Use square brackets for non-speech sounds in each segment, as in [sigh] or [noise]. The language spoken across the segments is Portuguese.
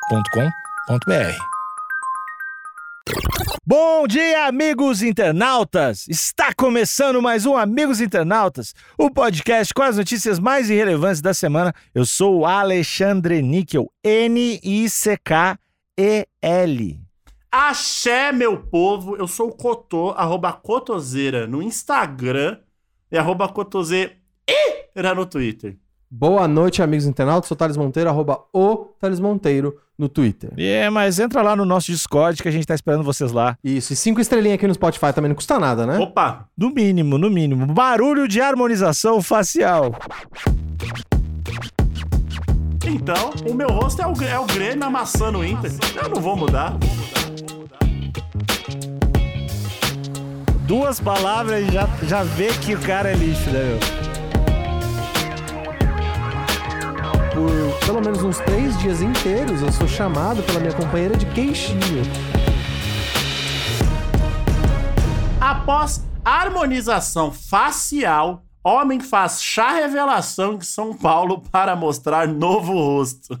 agenciadepodcast.com.br. Bom dia, amigos internautas! Está começando mais um Amigos Internautas, o podcast com as notícias mais irrelevantes da semana. Eu sou o Alexandre Níquel, N-I-C-K-E-L. Axé, meu povo. Eu sou o Cotô, arroba Cotoseira no Instagram e arroba Cotoseira no Twitter. Boa noite, amigos internautas. Sou Thales Monteiro, arroba o Thales Monteiro no Twitter. É, mas entra lá no nosso Discord que a gente tá esperando vocês lá. Isso, e cinco estrelinhas aqui no Spotify também não custa nada, né? Opa, No mínimo, no mínimo. Barulho de harmonização facial. então, o meu rosto é o, é o Grêmio amassando o Inter. Eu não vou mudar. Duas palavras e já, já vê que o cara é lixo, né, meu? Por pelo menos uns três dias inteiros, eu sou chamado pela minha companheira de [laughs] queixinho. Após harmonização facial, homem faz chá revelação em São Paulo para mostrar novo rosto.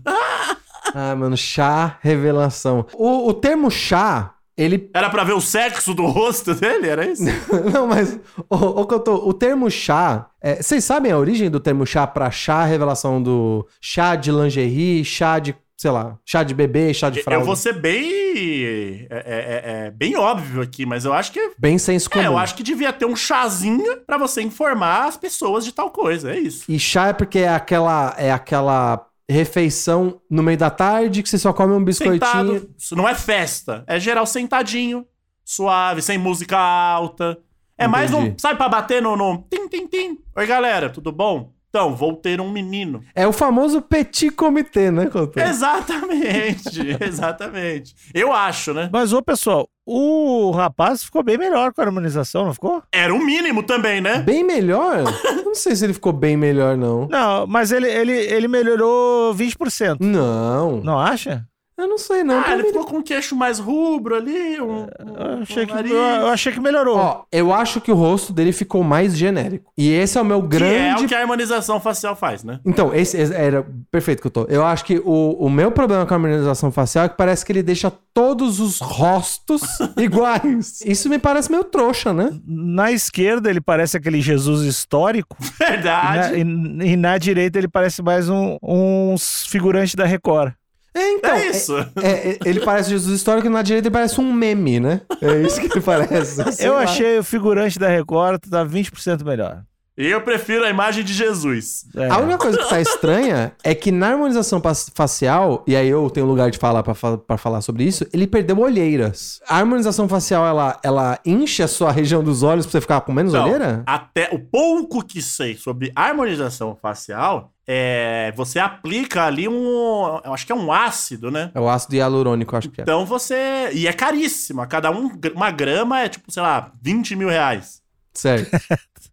Ah, mano, chá revelação. O, o termo chá, ele. [laughs] Era pra ver o sexo do rosto dele? Era isso? Não, mas. Ô, ô, Cotô, o termo chá. é, Vocês sabem a origem do termo chá pra chá revelação do chá de lingerie, chá de. sei lá, chá de bebê, chá de fralda? Eu vou ser bem. É, é- é- é bem óbvio aqui, mas eu acho que Bem senso comum. É, eu acho que devia ter um chazinho pra você informar as pessoas de tal coisa, é isso. E chá é porque é aquela, é aquela refeição no meio da tarde que você só come um biscoitinho. Sentado, isso não é festa, é geral sentadinho, suave, sem música alta. É mais um, Entendi. sabe, pra bater no, no tim, tim, tim. Oi, galera, tudo bom? Então, vou ter um menino. É o famoso petit comité, né, Couto? Exatamente, [laughs] exatamente. Eu acho, né? Mas, ô, pessoal, o rapaz ficou bem melhor com a harmonização, não ficou? Era o mínimo também, né? É Bem melhor? [laughs] Eu não sei se ele ficou bem melhor, não. Não, mas ele, ele, ele melhorou 20%. Não. Não acha? Eu não sei, não. ah, Pra ele mim- ficou com o queixo mais rubro ali, um, Eu É, um, achei que, eu, nariz. eu achei que melhorou. Ó, eu acho que o rosto dele ficou mais genérico. E esse é o meu Que é o grande. que a harmonização facial faz, né? [laughs] Então, esse esse era perfeito que eu tô. Eu acho que o, o meu problema com a harmonização facial é que parece que ele deixa todos [laughs] os rostos iguais. Isso me parece meio trouxa, né? Na esquerda ele parece aquele Jesus histórico. e, Verdade. Né? na, e- e na direita ele parece mais um, um figurante da Record. É, então. é isso. É, é, ele parece Jesus histórico e na direita ele parece um meme, né? É isso que ele parece. [laughs] sei eu lá. achei o figurante da Record tá 20% melhor. Eu prefiro a imagem de Jesus. É. A única coisa que tá estranha é que na harmonização pas- facial, e aí eu tenho lugar de falar pra fa- pra falar sobre isso, ele perdeu olheiras. A harmonização facial, ela, ela enche a sua região dos olhos pra você ficar com menos Então, olheira? até o pouco que sei sobre harmonização facial, é, você aplica ali um. Eu acho que é um ácido, né? É o ácido hialurônico, acho que é. Então você. E é caríssimo. a Cada um, uma grama é tipo, sei lá, 20 mil reais. Certo.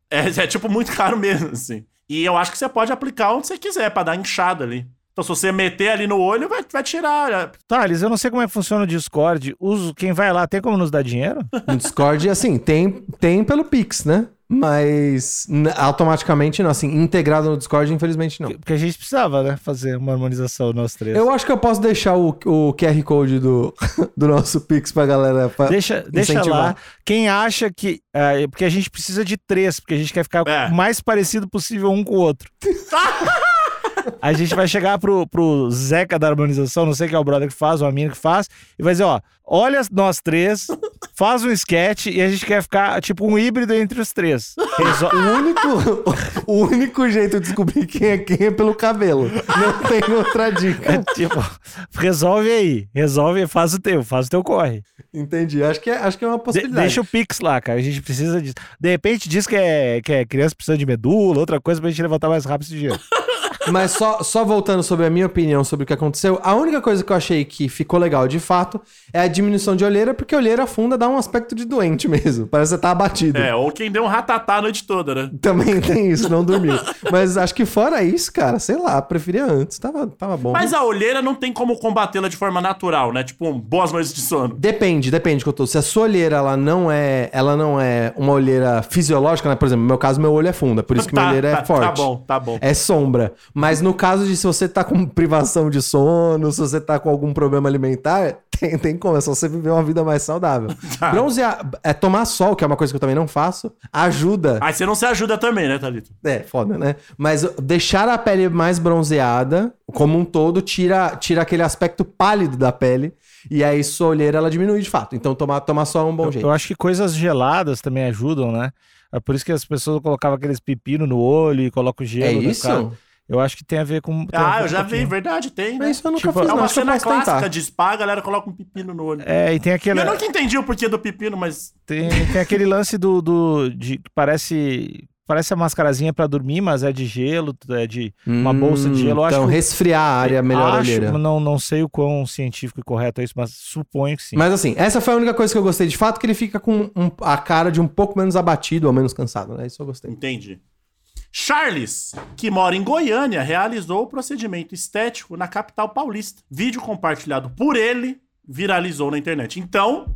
É, [laughs] é, tipo muito caro mesmo, assim. E eu acho que você pode aplicar onde você quiser, pra dar inchado ali. Então, se você meter ali no olho, vai, vai tirar. é, Thales, eu não sei como é que funciona o Discord. Uso, quem vai lá tem como nos dar [laughs] dinheiro? No Discord, assim, tem, tem pelo Pix, né? Mas n- automaticamente não, assim, integrado no Discord, infelizmente não. Porque a gente precisava, né? Fazer uma harmonização nós três. Eu acho que eu posso deixar o, o QR Code do, [laughs] do nosso Pix pra galera. pra- Deixa, deixa lá. incentivar. Quem acha que. ah, porque a gente precisa de três, porque a gente quer ficar É. o mais parecido possível um com o outro. a gente vai chegar pro, pro Zeca da harmonização, não sei quem é o brother que faz, ou a mina que faz, e vai dizer: ó, olha nós três, faz um sketch e a gente quer ficar tipo um híbrido entre os três. Resol- [laughs] O único, o único jeito de descobrir quem é quem é pelo cabelo. Não tem outra dica. tipo, resolve aí, resolve, faz o teu, faz o teu corre. Entendi. Acho que é, acho que é uma De- possibilidade. deixa o Pix lá, cara. A gente precisa disso. De repente diz que é, que é criança precisando de medula, outra coisa pra gente levantar mais rápido esse dinheiro. Mas só, só voltando sobre a minha opinião sobre o que aconteceu, a única coisa que eu achei que ficou legal de fato é a diminuição de olheira, porque a olheira funda dá um aspecto de doente mesmo. Parece que você tá abatido. É, ou quem deu um ratatá a noite toda, né? Também tem isso, não dormiu. Mas acho que fora isso, cara, sei lá, preferia antes. Tava, tava bom. Mas a olheira não tem como combatê-la de forma natural, né? Tipo, um, boas noites de sono. Depende, depende que eu tô. Se a sua olheira ela não é, ela não é uma olheira fisiológica, né? Por exemplo, no meu caso meu olho é fundo, é por isso que Tá, minha olheira é tá, forte. Tá bom, tá bom. É sombra. Mas no caso de se você tá com privação de sono, se você tá com algum problema alimentar, [laughs] tem, tem como, é só você viver uma vida [laughs] mais saudável. Tá. Bronzear, é tomar sol, que é uma coisa que eu também não faço, ajuda. Aí você não se ajuda também, né, Thalito? É, foda, né? Mas deixar a pele mais bronzeada, como um todo, tira, tira aquele aspecto pálido da pele. E aí sua olheira, ela diminui de fato. Então tomar, tomar sol é um bom Eu- jeito. Eu acho que coisas geladas também ajudam, né? É por isso que as pessoas colocavam aqueles pepino no olho e colocam gelo. É né, por isso? causa- Eu acho que tem a ver com. tem a ver Ah, com eu já um vi, pouquinho. verdade, tem, né? Tá, Mas isso eu nunca Tipo, fiz, é não. uma Acho que eu cena posso clássica tentar. de spa, a galera coloca um pepino no olho. É, e tem aquele, Eu nunca entendi o porquê do pepino, mas tem, tem aquele lance do. do de, que parece. Parece a mascarazinha pra dormir, mas é de gelo, é de uma bolsa de gelo. Eu acho Então, que- resfriar a área melhor acho, olheira. mas não, não sei o quão científico e correto é isso, mas suponho que sim. Mas assim, essa foi a única coisa que eu gostei. De fato, que ele fica com um- a cara de um pouco menos abatido ou menos cansado, né? Isso eu gostei. entendi. Charles, que mora em Goiânia, realizou o procedimento estético na capital paulista. Vídeo compartilhado por ele viralizou na internet. Então,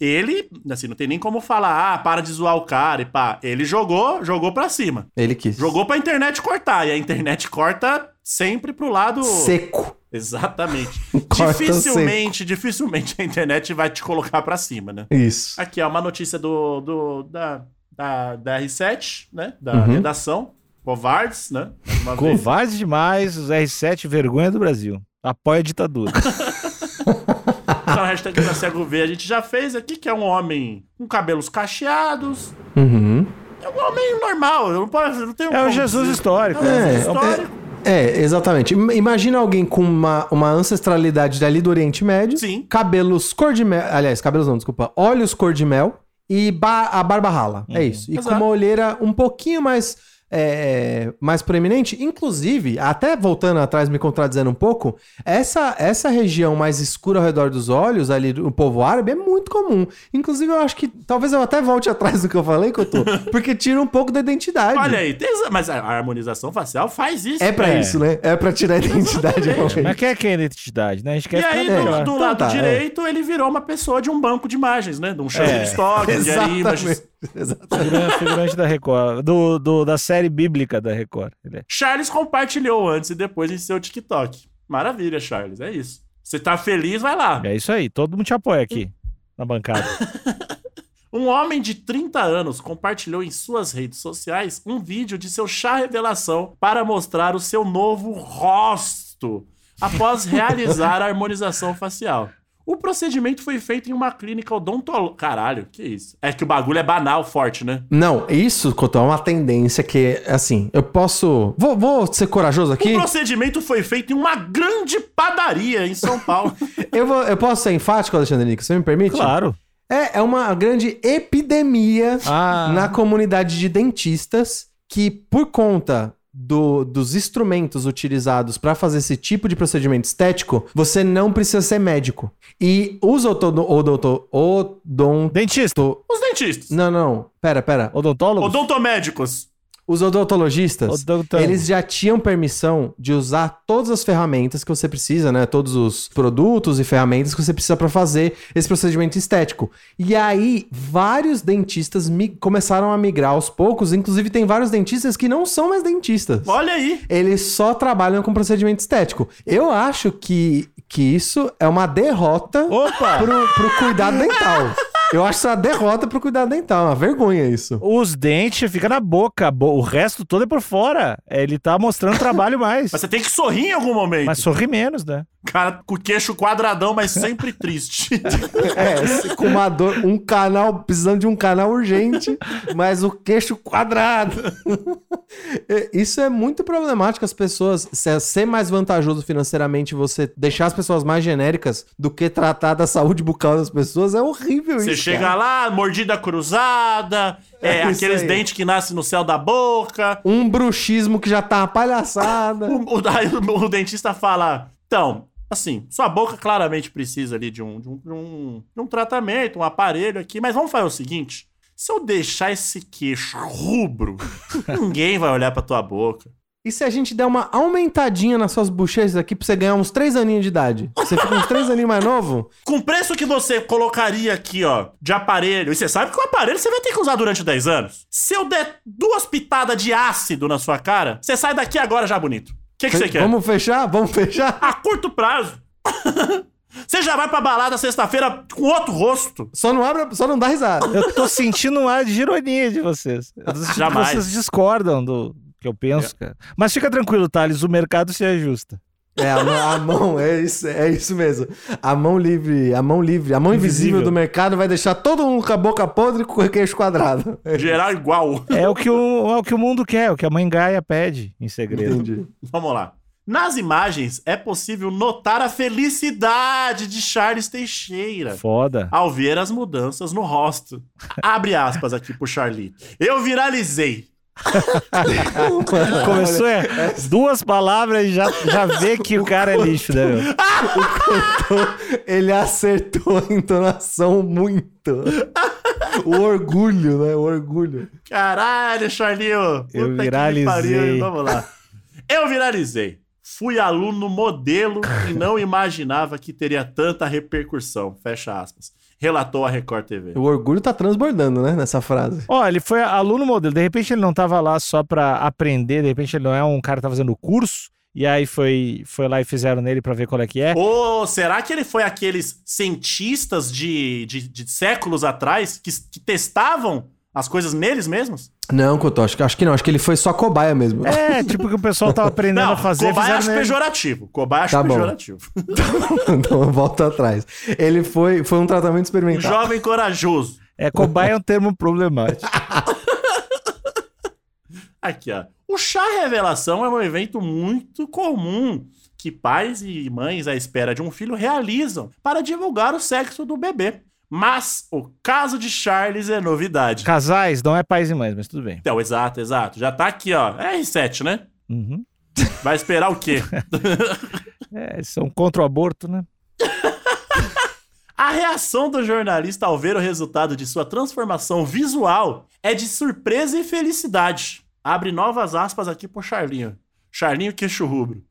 ele, assim, não tem nem como falar, ah, para de zoar o cara e pá. Ele jogou, jogou pra cima. Ele quis. Jogou pra internet cortar, e a internet corta sempre pro lado... seco. Exatamente. [laughs] Corta dificilmente, dificilmente a internet vai te colocar pra cima, né? Isso. Aqui é uma notícia do, do- da, da, da R7, né? Da Uhum. redação. Covardes, né? Mais uma vez. Covarde demais, os R7, vergonha do Brasil. Apoia a [laughs] ditadura. Então, a hashtag da Cego V a gente já fez aqui, que é um homem com cabelos cacheados. Uhum. É um homem normal, eu não, posso, eu não tenho É o como Jesus dizer. histórico. É, né? é, É um- histórico. É, exatamente. Im- Imagina alguém com uma, uma ancestralidade dali do Oriente Médio. Sim. Cabelos cor de mel. Aliás, cabelos não, desculpa. Olhos cor de mel e ba- a barba rala. É isso. E Uhum. Exato. com uma olheira um pouquinho mais. é, mais proeminente, inclusive, até voltando atrás, me contradizendo um pouco, essa, essa região mais escura ao redor dos olhos, ali do povo árabe, é muito comum. Inclusive, eu acho que talvez eu até volte [laughs] atrás do que eu falei, Couto, porque tira um pouco da identidade. Olha aí, tem essa- mas a harmonização facial faz isso. É pra É. isso, né? É pra tirar a identidade. realmente. Mas quer que é a identidade, né? A gente quer E ficar aí, É, do, melhor. do então lado tá, é. direito, ele virou uma pessoa de um banco de imagens, né? De um show É, de estoque, de Exatamente. imagens. Exatamente. Figurante, figurante da Record. Do, do- da série bíblica da Record. Ele é. Charles compartilhou antes e depois em seu TikTok. Maravilha, Charles, é isso. Você tá feliz, vai lá. É isso aí, todo mundo te apoia aqui. Na [laughs] bancada. Um homem de 30 anos compartilhou em suas redes sociais um vídeo de seu chá revelação para mostrar o seu novo rosto após realizar a harmonização facial. O procedimento foi feito em uma clínica odontológica. Caralho, que isso? É que o bagulho é banal, forte, né? Não, isso, Cotão, é uma tendência que, assim, eu posso. Vou, vou ser corajoso O aqui. procedimento foi feito em uma grande padaria em São [laughs] Paulo. Eu, vou- eu posso ser enfático, Alexandre Nico? Você me permite? Claro. É, é uma grande epidemia Ah. na comunidade de dentistas que, por conta do- dos instrumentos utilizados para fazer esse tipo de procedimento estético, você não precisa ser médico. E os odontologistas. Dentista, Os dentistas. Não, não. Pera, pera. odontólogo. Odontomédicos. Os odontologistas, Odontam- eles já tinham permissão de usar todas as ferramentas que você precisa, né? Todos os produtos e ferramentas que você precisa para fazer esse procedimento estético. E aí, vários dentistas mi- começaram a migrar aos poucos. Inclusive, tem vários dentistas que não são mais dentistas. Olha aí. Eles só trabalham com procedimento estético. Eu acho que, que isso é uma derrota Opa! pro, pro cuidado dental. Eu acho isso uma derrota pro cuidado dental. É Uma vergonha isso. Os dentes ficam na boca, bo- o resto todo é por fora. Ele tá mostrando trabalho mais. Mas você tem que sorrir em algum momento. Mas sorri menos, né? Cara com o queixo quadradão, mas [laughs] sempre triste. É, se- com uma dor, um canal, precisando de um canal urgente, mas o queixo quadrado. É, Isso é muito problemático as pessoas. se é Ser mais vantajoso financeiramente você deixar as pessoas mais genéricas do que tratar da saúde bucal das pessoas é horrível Você isso. chega cara. lá, mordida cruzada, é, É isso aqueles aí. dentes que nascem no céu da boca. Um bruxismo que já tá uma palhaçada. O, [laughs] o- aí o- o dentista fala: então, assim, sua boca claramente precisa ali de um, de um, de um, de um tratamento, um aparelho aqui, mas vamos fazer o seguinte. Se eu deixar esse queixo rubro, [laughs] ninguém vai olhar pra tua boca. E se a gente der uma aumentadinha nas suas bochechas aqui pra você ganhar uns três aninhos de idade? Você fica uns três aninhos mais novo? Com o preço que você colocaria aqui, ó, de aparelho, e você sabe que o aparelho você vai ter que usar durante 10 anos. Se eu der duas pitadas de ácido na sua cara, você sai daqui agora já bonito. que, que você quer? Vamos fechar? Vamos fechar? A curto prazo. [laughs] você já vai pra balada sexta-feira com outro rosto. Só não abre, só não dá risada. Eu tô sentindo um ar de ironia de vocês. Eu tô sentindo que Jamais. vocês discordam do que eu penso, cara. Mas fica tranquilo, Thales, o mercado se ajusta. É, a mão, a mão, é isso, é isso mesmo. A mão livre, a mão livre, a mão invisível, Invisível. do mercado vai deixar todo mundo com a boca podre e com o queixo quadrado. [laughs] Geral igual. É o que o, é o, que o mundo quer, é o que a mãe Gaia pede em segredo. Entendi. Vamos lá. Nas imagens é possível notar a felicidade de Charles Teixeira Foda. ao ver as mudanças no rosto. Abre aspas aqui pro Charlie. Eu viralizei. Começou é, duas palavras e já, já vê que o cara é lixo, né, meu? Ele acertou a entonação muito. O orgulho, né? O orgulho. Caralho, Charlinho. Puta Eu que me viralizei. pariu. Vamos lá. Eu viralizei. Fui aluno modelo e não imaginava que teria tanta repercussão. Fecha aspas. Relatou a Record TV. O orgulho tá transbordando, né? Nessa frase. Ó, ele foi aluno modelo. De repente ele não tava lá só pra aprender, de repente ele não é um cara que tá fazendo curso. E aí foi, foi lá e fizeram nele pra ver qual é que é. Ou será que ele foi aqueles cientistas de, de, de séculos atrás que, que testavam as coisas neles mesmos? Não, Couto, acho, que- acho que não. Acho que ele foi só cobaia mesmo. É, tipo que o pessoal tava aprendendo a fazer, né? cobaia fizeram acho nele. pejorativo. Cobaia acho Tá bom. pejorativo. [laughs] então volta atrás. Ele foi, foi um tratamento Um experimental. jovem corajoso. É, cobaia é um termo [laughs] problemático. Aqui, ó. O chá revelação é um evento muito comum que pais e mães à espera de um filho realizam para divulgar o sexo do bebê. Mas o caso de Charles é novidade. Casais, não é pais e mães, mas tudo bem. Então, exato, exato. Já tá aqui, ó. É R7, né? Uhum. Vai esperar o quê? É, são contra o aborto, né? A reação do jornalista ao ver o resultado de sua transformação visual é de surpresa e felicidade. Abre novas aspas aqui pro Charlinho. Charlinho queixo rubro.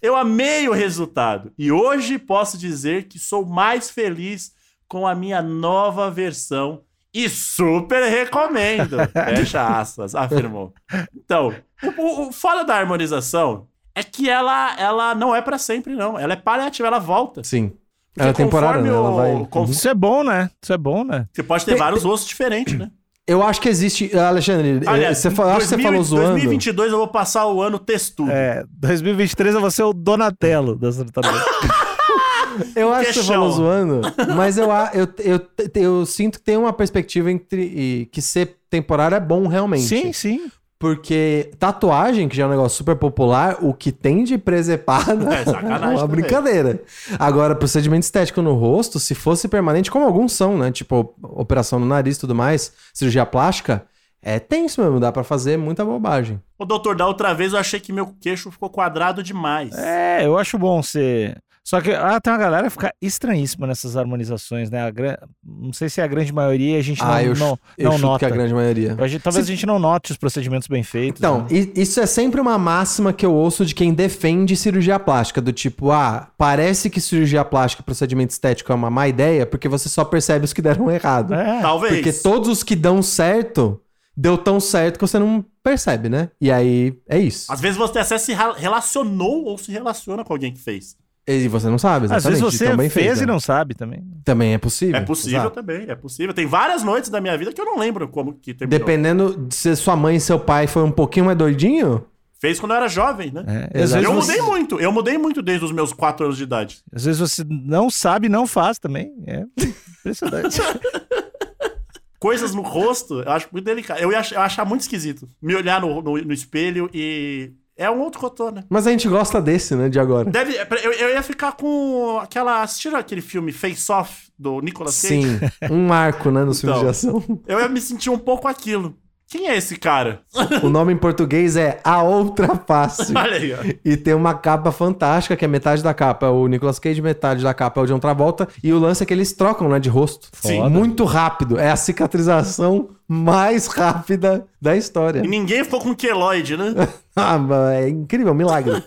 Eu amei o resultado e hoje posso dizer que sou mais feliz com a minha nova versão e super recomendo. Fecha aspas, afirmou. Então, o, o- o foda da harmonização é que ela, ela não é pra sempre, não. Ela é paliativa, ela volta. Sim. Porque Ela é temporária, conforme né? Ela o- vai- con- Isso é bom, né? Isso é bom, né? Você pode ter vários rostos diferentes, né? Eu acho que existe. Alexandre, Aliás, É, você, fa- acho que você 2000 falou zoando. 2022 eu vou passar o ano testudo. Uhum. É, 2023 eu vou ser o Donatello das [laughs] tartarugas. Um Eu acho que você Queixão. falou zoando, [laughs] mas eu, a- eu, eu, eu sinto que tem uma perspectiva entre e que ser temporário é bom realmente. sim, sim. Porque tatuagem, que já é um negócio super popular, o que tem [laughs] de presepada [laughs] É sacanagem [laughs] uma também. brincadeira. Agora, procedimento estético no rosto, se fosse permanente, como alguns são, né? Tipo, operação no nariz e tudo mais, cirurgia plástica, é tenso mesmo, dá pra fazer muita bobagem. Ô, doutor, da outra vez eu achei que meu queixo ficou quadrado demais. É, eu acho bom ser. Só que ah, tem uma galera que fica estranhíssima nessas harmonizações, né? A gran- Não sei se é a grande maioria, a gente não, ah, eu, não, não, eu não chuto que nota. a grande maioria. A gente- talvez a gente não note os procedimentos bem feitos. Então, né? i- isso é sempre uma máxima que eu ouço de quem defende cirurgia plástica, do tipo, ah, parece que cirurgia plástica, procedimento estético é uma má ideia, porque você só percebe os que deram [laughs] errado. É. Talvez. Porque todos os que dão certo, deu tão certo que você não percebe, né? E aí, é isso. Às vezes você até se ra- relacionou ou se relaciona com alguém que fez. E você não sabe, Às exatamente. vezes de tão você bem fez feito. né? e não sabe também. Também é possível. É possível exato. também, é possível. Tem várias noites da minha vida que eu não lembro como que terminou. Dependendo de se sua mãe e seu pai foi um pouquinho mais doidinho, Fez quando eu era jovem, né? É, Exato. às, vezes Eu você, mudei muito, eu mudei muito desde os meus 4 anos de idade. às vezes você não sabe e não faz também. É [laughs] impressionante. Coisas no rosto, eu acho muito delicado. Eu ia ach- eu achar muito esquisito me olhar no, no- no espelho e. É um outro cotô, né? mas a gente gosta desse, né, de agora. Deve, é, eu, eu ia ficar com aquela. Assistiram aquele filme Face Off do Nicolas Cage? Sim, um marco, né, no filme de assim. Então. ação. Eu ia me sentir um pouco aquilo. Quem é esse cara? O nome em português é A Outra Face. Olha aí, ó. E tem uma capa fantástica, que é metade da capa é o Nicolas Cage, metade da capa é o John Travolta. E o lance é que eles trocam, né, de rosto. Sim. Foda. Muito rápido. É a cicatrização mais rápida da história. E ninguém ficou com queloide, [laughs] né? Ah, mas é incrível, um milagre.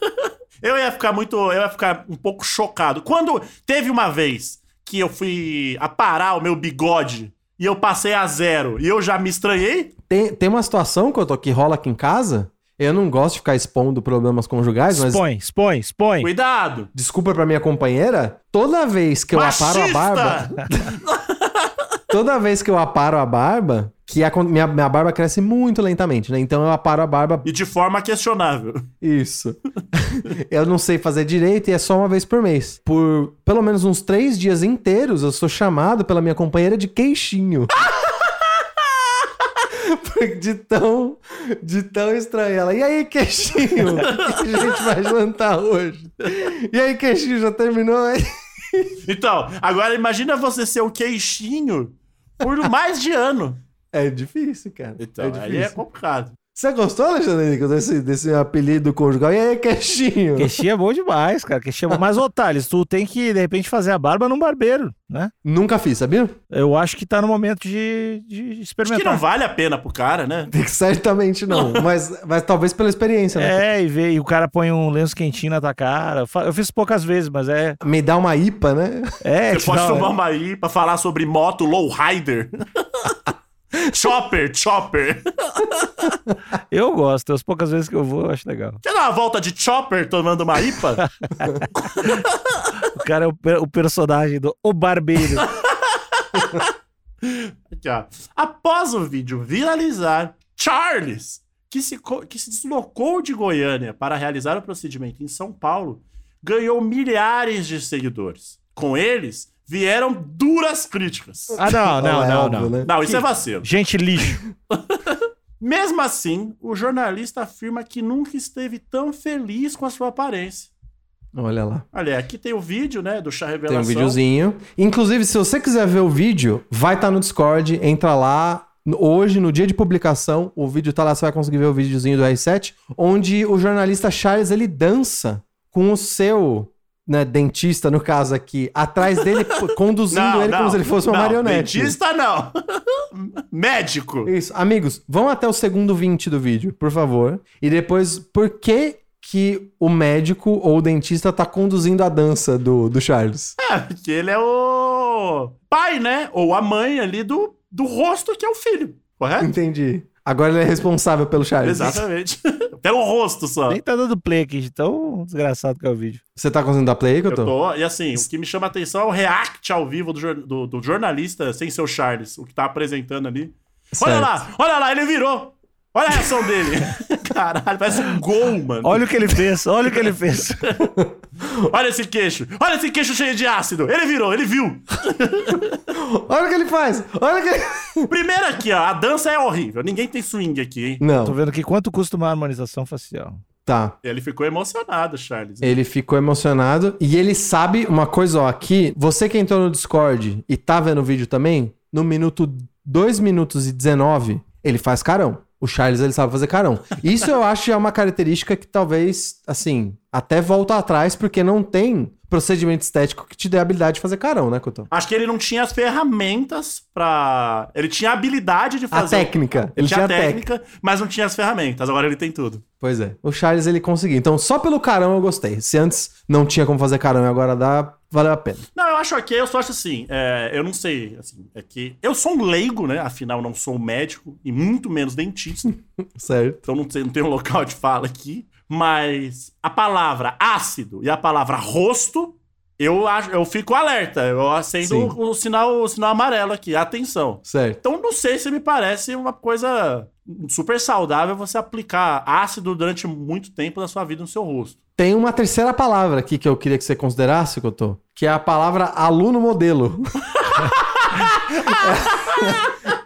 Eu ia ficar muito. Eu ia ficar um pouco chocado. Quando teve uma vez que eu fui aparar o meu bigode e eu passei a zero e eu já me estranhei, Tem, tem uma situação que eu tô que rola aqui em casa Eu não gosto de ficar expondo problemas conjugais, mas Expõe, expõe, expõe. Cuidado! desculpa pra minha companheira, toda vez que eu aparo a barba, toda vez que eu aparo a barba, que a con- minha, minha barba cresce muito lentamente, né? Então eu aparo a barba E de forma questionável. [laughs] Isso. [laughs] eu não sei fazer direito e é só uma vez por mês. Por pelo menos uns três dias inteiros, eu sou chamado pela minha companheira de queixinho. [laughs] Por- de tão, de tão estranho. Ela, e aí, queixinho? O que a gente vai jantar hoje? E aí, queixinho, já terminou? hein?" Então, agora imagina você ser o queixinho por mais de ano. É difícil, cara. [laughs] Então, é aí difícil. é complicado. Você gostou, Alexandre Nicolas, desse, desse apelido conjugal? E aí, é queixinho? Queixinha é bom demais, cara. Queixinha é bom. Mas, ô, Thales, tu tem que, de repente, fazer a barba num barbeiro, né? Nunca fiz, sabia? Eu acho que tá no momento de, de Acho que não experimentar. vale a pena pro cara, [laughs] né? [laughs] Certamente não. mas, mas talvez pela experiência, né? É, e, vê, e o cara põe um lenço quentinho na tua cara. Eu fa- Eu fiz poucas vezes, mas é. me dá uma IPA, né? é Você te pode dá uma- tomar um? uma aí pra falar sobre moto lowrider. [laughs] chopper, chopper. Eu gosto, as poucas vezes que eu vou, eu acho legal. Quer dar uma volta de chopper tomando uma IPA? O cara é o, per- o personagem do O [laughs] Barbeiro. Aqui, ó. Após o vídeo viralizar, Charles, que se, co- que se deslocou de Goiânia para realizar o procedimento em São Paulo, ganhou milhares de seguidores. Com eles, vieram duras críticas. Ah, [laughs] não, não, É não, óbvio, não. né? Não, isso é vacilo. Gente lixo. Mesmo assim, o jornalista afirma que nunca esteve tão feliz com a sua aparência. Olha lá. Olha, aqui tem o vídeo, né, do chá Tem revelação. um videozinho. Inclusive, se você quiser ver o vídeo, vai estar no Discord, entra lá. Hoje, no dia de publicação, o vídeo tá lá, você vai conseguir ver o videozinho do R7, onde o jornalista Charles, ele dança com o seu né, dentista, no caso aqui, atrás dele, [laughs] p- conduzindo ele como se ele fosse uma não, marionete. Dentista não. [laughs] Médico. Isso. Amigos, vão até o segundo 20 do vídeo, por favor. E depois, por que que o médico ou o dentista tá conduzindo a dança do, do Charles? É, [laughs] porque ele é o pai, né? Ou a mãe ali do, do rosto que é o filho, correto? [laughs] Entendi. Agora ele é responsável pelo Charles. Exatamente. [laughs] Pelo rosto só. Nem tá dando play aqui, de tão desgraçado que é o vídeo. Você tá conseguindo dar play aí que eu Eu tô? tô, e assim, o que me chama a atenção é o react ao vivo do, jor- do- do jornalista sem seu Charles, o que tá apresentando ali. Olha Certo. lá, olha lá, ele virou. Olha a reação dele. Caralho, parece um gol, mano. Olha... Olha o que ele fez, olha o que ele fez. esse queixo. Olha esse queixo cheio de ácido. Ele virou, ele viu. Olha o que ele faz! Olha o que ele... Primeiro aqui, ó, a dança é horrível. Ninguém tem swing aqui, hein? Tô Não, vendo aqui quanto custa uma harmonização facial. tá. Ele ficou emocionado, Charles. Ele ficou emocionado e ele sabe uma coisa, ó, aqui, você que entrou no Discord e tá vendo o vídeo também, no minuto 2 minutos e 19, ele faz carão. O Charles, ele sabe fazer carão. Isso eu acho que é uma característica que talvez, assim, até volta atrás, porque não tem procedimento estético que te dê a habilidade de fazer carão, né, Couto? Acho que ele não tinha as ferramentas pra. Ele tinha a habilidade de A fazer. técnica. Ele tinha, a técnica. mas não tinha as ferramentas. Agora ele tem tudo. Pois é. O Charles ele conseguiu. Então, só pelo carão eu gostei. Se antes não tinha como fazer carão e agora dá, valeu a pena. Não, eu acho ok, eu só acho assim, é, eu não sei, assim, é que eu sou um leigo, né? Afinal, não sou médico e muito menos dentista, [laughs] Certo. então não, sei, não tenho um local de fala aqui. Mas a palavra ácido e a palavra rosto, eu acho, eu fico alerta, eu acendo Sim. o, o sinal, o sinal amarelo aqui, atenção. Certo. Então não sei se me parece uma coisa super saudável você aplicar ácido durante muito tempo da sua vida no seu rosto. Tem uma terceira palavra aqui que eu queria que você considerasse, Cotô, que é a palavra aluno modelo.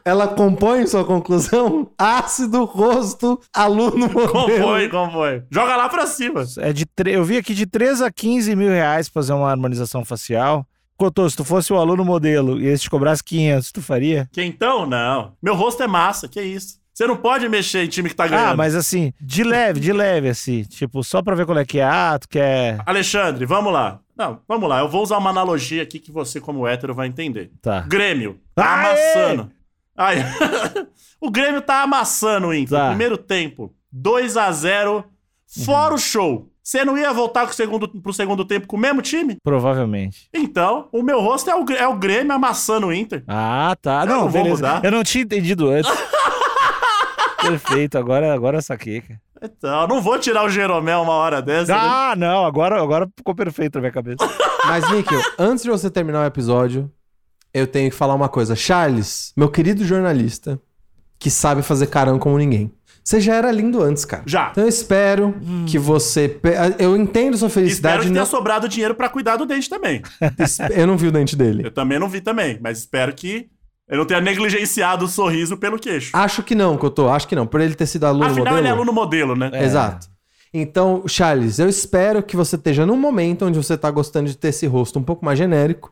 Ela compõe sua conclusão? Ácido, rosto, aluno modelo. Compõe, compõe. Joga lá pra cima. É de tre... Eu vi aqui de 3 a 15 mil reais pra fazer uma harmonização facial. Cotô, se tu fosse o aluno modelo e eles te cobrasse 500, tu faria? Quentão? Não. Meu rosto é massa, que isso. Você não pode mexer em time que tá ganhando. Ah, mas assim, de leve, de leve, assim. Tipo, só pra ver qual é que é. Ah, tu quer... Alexandre, vamos lá. Não, vamos lá. Eu vou usar uma analogia aqui que você, como hétero, vai entender. Tá. Grêmio. Tá Aê! amassando. Aí. [laughs] o Grêmio tá amassando o Inter. Tá. Primeiro tempo, 2 a 0 Fora o show. Você não ia voltar pro segundo, pro segundo tempo com o mesmo time? Provavelmente. Então, o meu rosto é o, Gr- é o Grêmio amassando o Inter. Ah, tá. Não, não vou beleza. mudar. [laughs] Eu não tinha entendido antes. Perfeito, agora, agora eu saquei. cara. Então, não vou tirar o Jeromel uma hora dessa. né? Ah, não, agora, agora ficou perfeito na minha cabeça. Mas, Níquel, antes de você terminar o episódio, eu tenho que falar uma coisa. Charles, meu querido jornalista, que sabe fazer carão como ninguém. Você já era lindo antes, cara. Já. Hum. Então eu espero que você. pe- Eu entendo sua Espero felicidade. que não- tenha sobrado dinheiro pra cuidar do dente também. Eu não vi o dente dele. Eu também não vi também, mas espero que eu não tenha negligenciado o sorriso pelo queixo. Acho que não, Cotô. Acho que não. Por ele ter sido aluno Afinal, modelo. ele é aluno modelo, né? É. Exato. Então, Charles, eu espero que você esteja num momento onde você tá gostando de ter esse rosto um pouco [laughs] mais genérico.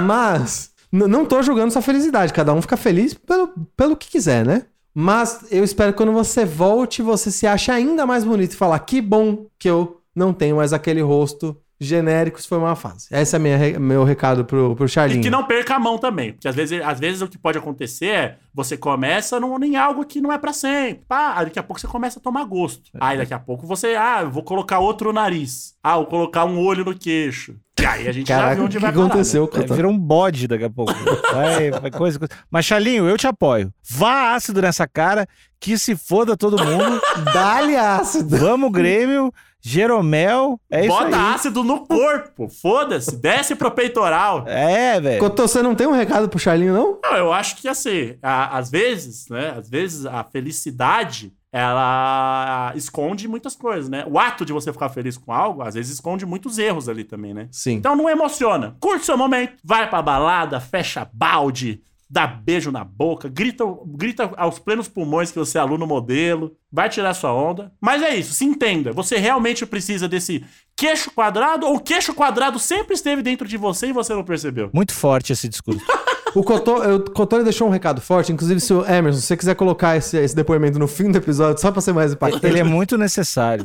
mas n- não tô julgando sua felicidade. Cada um fica feliz pelo, pelo que quiser, né? Mas eu espero que quando você volte, você se ache ainda mais bonito e falar que bom que eu não tenho mais aquele rosto genérico, isso foi uma fase. Esse é minha, re- meu recado pro, pro Charlinho. E que não perca a mão também. Porque às vezes, às vezes o que pode acontecer é você começa num, em algo que não é pra sempre. Pá, aí daqui a pouco você começa a tomar gosto. É. Aí daqui a pouco você, ah, eu vou colocar outro nariz. Ah, eu vou colocar um olho no queixo. E aí a gente já Caraca, viu o onde que vai parar, né? aconteceu, É, Cotô? vira um bode daqui a pouco. Vai, vai coisa, coisa. Mas, Chalinho, eu te apoio. Vá ácido nessa cara, que se foda todo mundo. [laughs] Dá-lhe ácido. Vamos, Grêmio, Jeromel. É isso Bota aí. ácido no corpo. Foda-se. Desce pro peitoral. É, velho. Cotô, você não tem um recado pro Charlinho, não? Não, eu acho que assim, a- às vezes, né? Às vezes a felicidade ela esconde muitas coisas, né? O ato de você ficar feliz com algo, às vezes esconde muitos erros ali também, né? Sim. Então não emociona. Curte seu momento, vai pra balada, fecha balde, dá beijo na boca, grita, grita aos plenos pulmões que você é aluno modelo, vai tirar sua onda. Mas é isso, se entenda. Você realmente precisa desse queixo quadrado ou o queixo quadrado sempre esteve dentro de você e você não percebeu? Muito forte esse discurso. O Cotô, eu- o Cotô ele deixou um recado forte. Inclusive, se o Emerson, se você quiser colocar esse, esse depoimento no fim do episódio, só pra ser mais impactante, Ele é muito [laughs] necessário.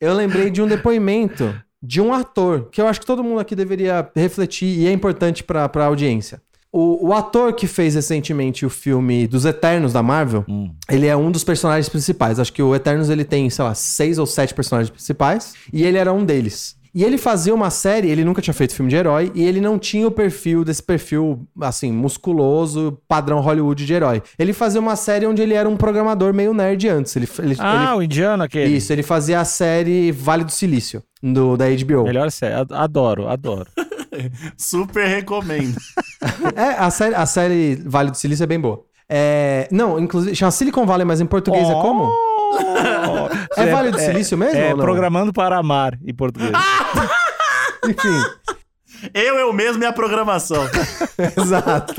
eu lembrei de um depoimento de um ator, que eu acho que todo mundo aqui deveria refletir e é importante pra, pra audiência. O, o ator que fez recentemente o filme dos Eternos da Marvel, ele é um dos personagens principais. Acho que o Eternos ele tem, sei lá, seis ou sete personagens principais, e ele era um deles. E ele fazia uma série, ele nunca tinha feito filme de herói, e ele não tinha o perfil desse perfil, assim, musculoso, padrão Hollywood de herói. Ele fazia uma série onde ele era um programador meio nerd antes. Ele, ele- ele Ah, o indiano aquele. isso, ele fazia a série Vale do Silício, do, da HBO. Melhor série. Ad- Adoro, adoro. Super recomendo. É, a série, a série Vale do Silício é bem boa. É, não, inclusive, chama Silicon Valley, mas em português é como? Oh. [laughs] É Vale do Silício mesmo É, ou não? Programando para Amar, em português. [laughs] Ah! Enfim, [laughs] Eu, eu mesmo e a programação. [laughs] exato.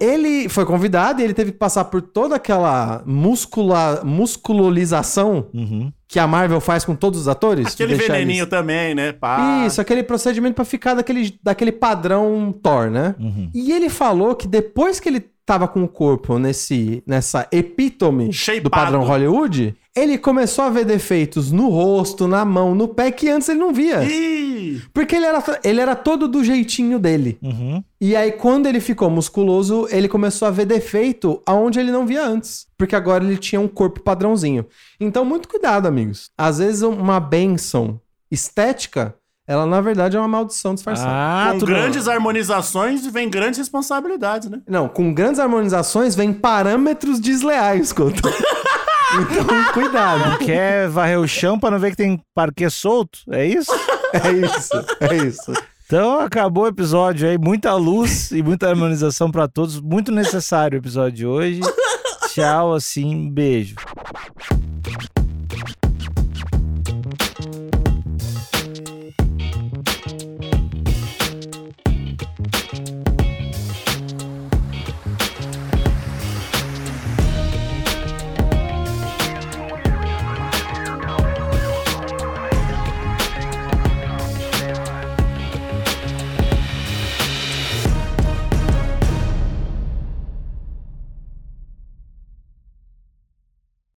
Ele foi convidado e ele teve que passar por toda aquela muscula, musculolização Uhum. que a Marvel faz com todos os atores. Aquele deixar eles- veneninho também, né? Pá. Isso, aquele procedimento pra ficar daquele, daquele padrão Thor, né? Uhum. E ele falou que depois que ele tava com o corpo nesse, nessa epítome do Shapeado. padrão Hollywood, ele começou a ver defeitos no rosto, na mão, no pé, que antes ele não via. Ih, Porque ele era, ele era todo do jeitinho dele. Uhum. E aí, quando ele ficou musculoso, ele começou a ver defeito aonde ele não via antes. Porque agora ele tinha um corpo padrãozinho. Então, muito cuidado, amigos. Às vezes, uma benção estética, ela na verdade é uma maldição disfarçada. Ah, com tudo- grandes harmonizações vem grandes responsabilidades, né? Não, com grandes harmonizações vem parâmetros desleais, Couto. [laughs] Então, cuidado. Quer varrer o chão pra não ver que tem parquet solto? É isso? É isso, é isso. Então acabou o episódio aí. Muita luz e muita harmonização pra todos. Muito necessário o episódio de hoje. Tchau, assim, beijo.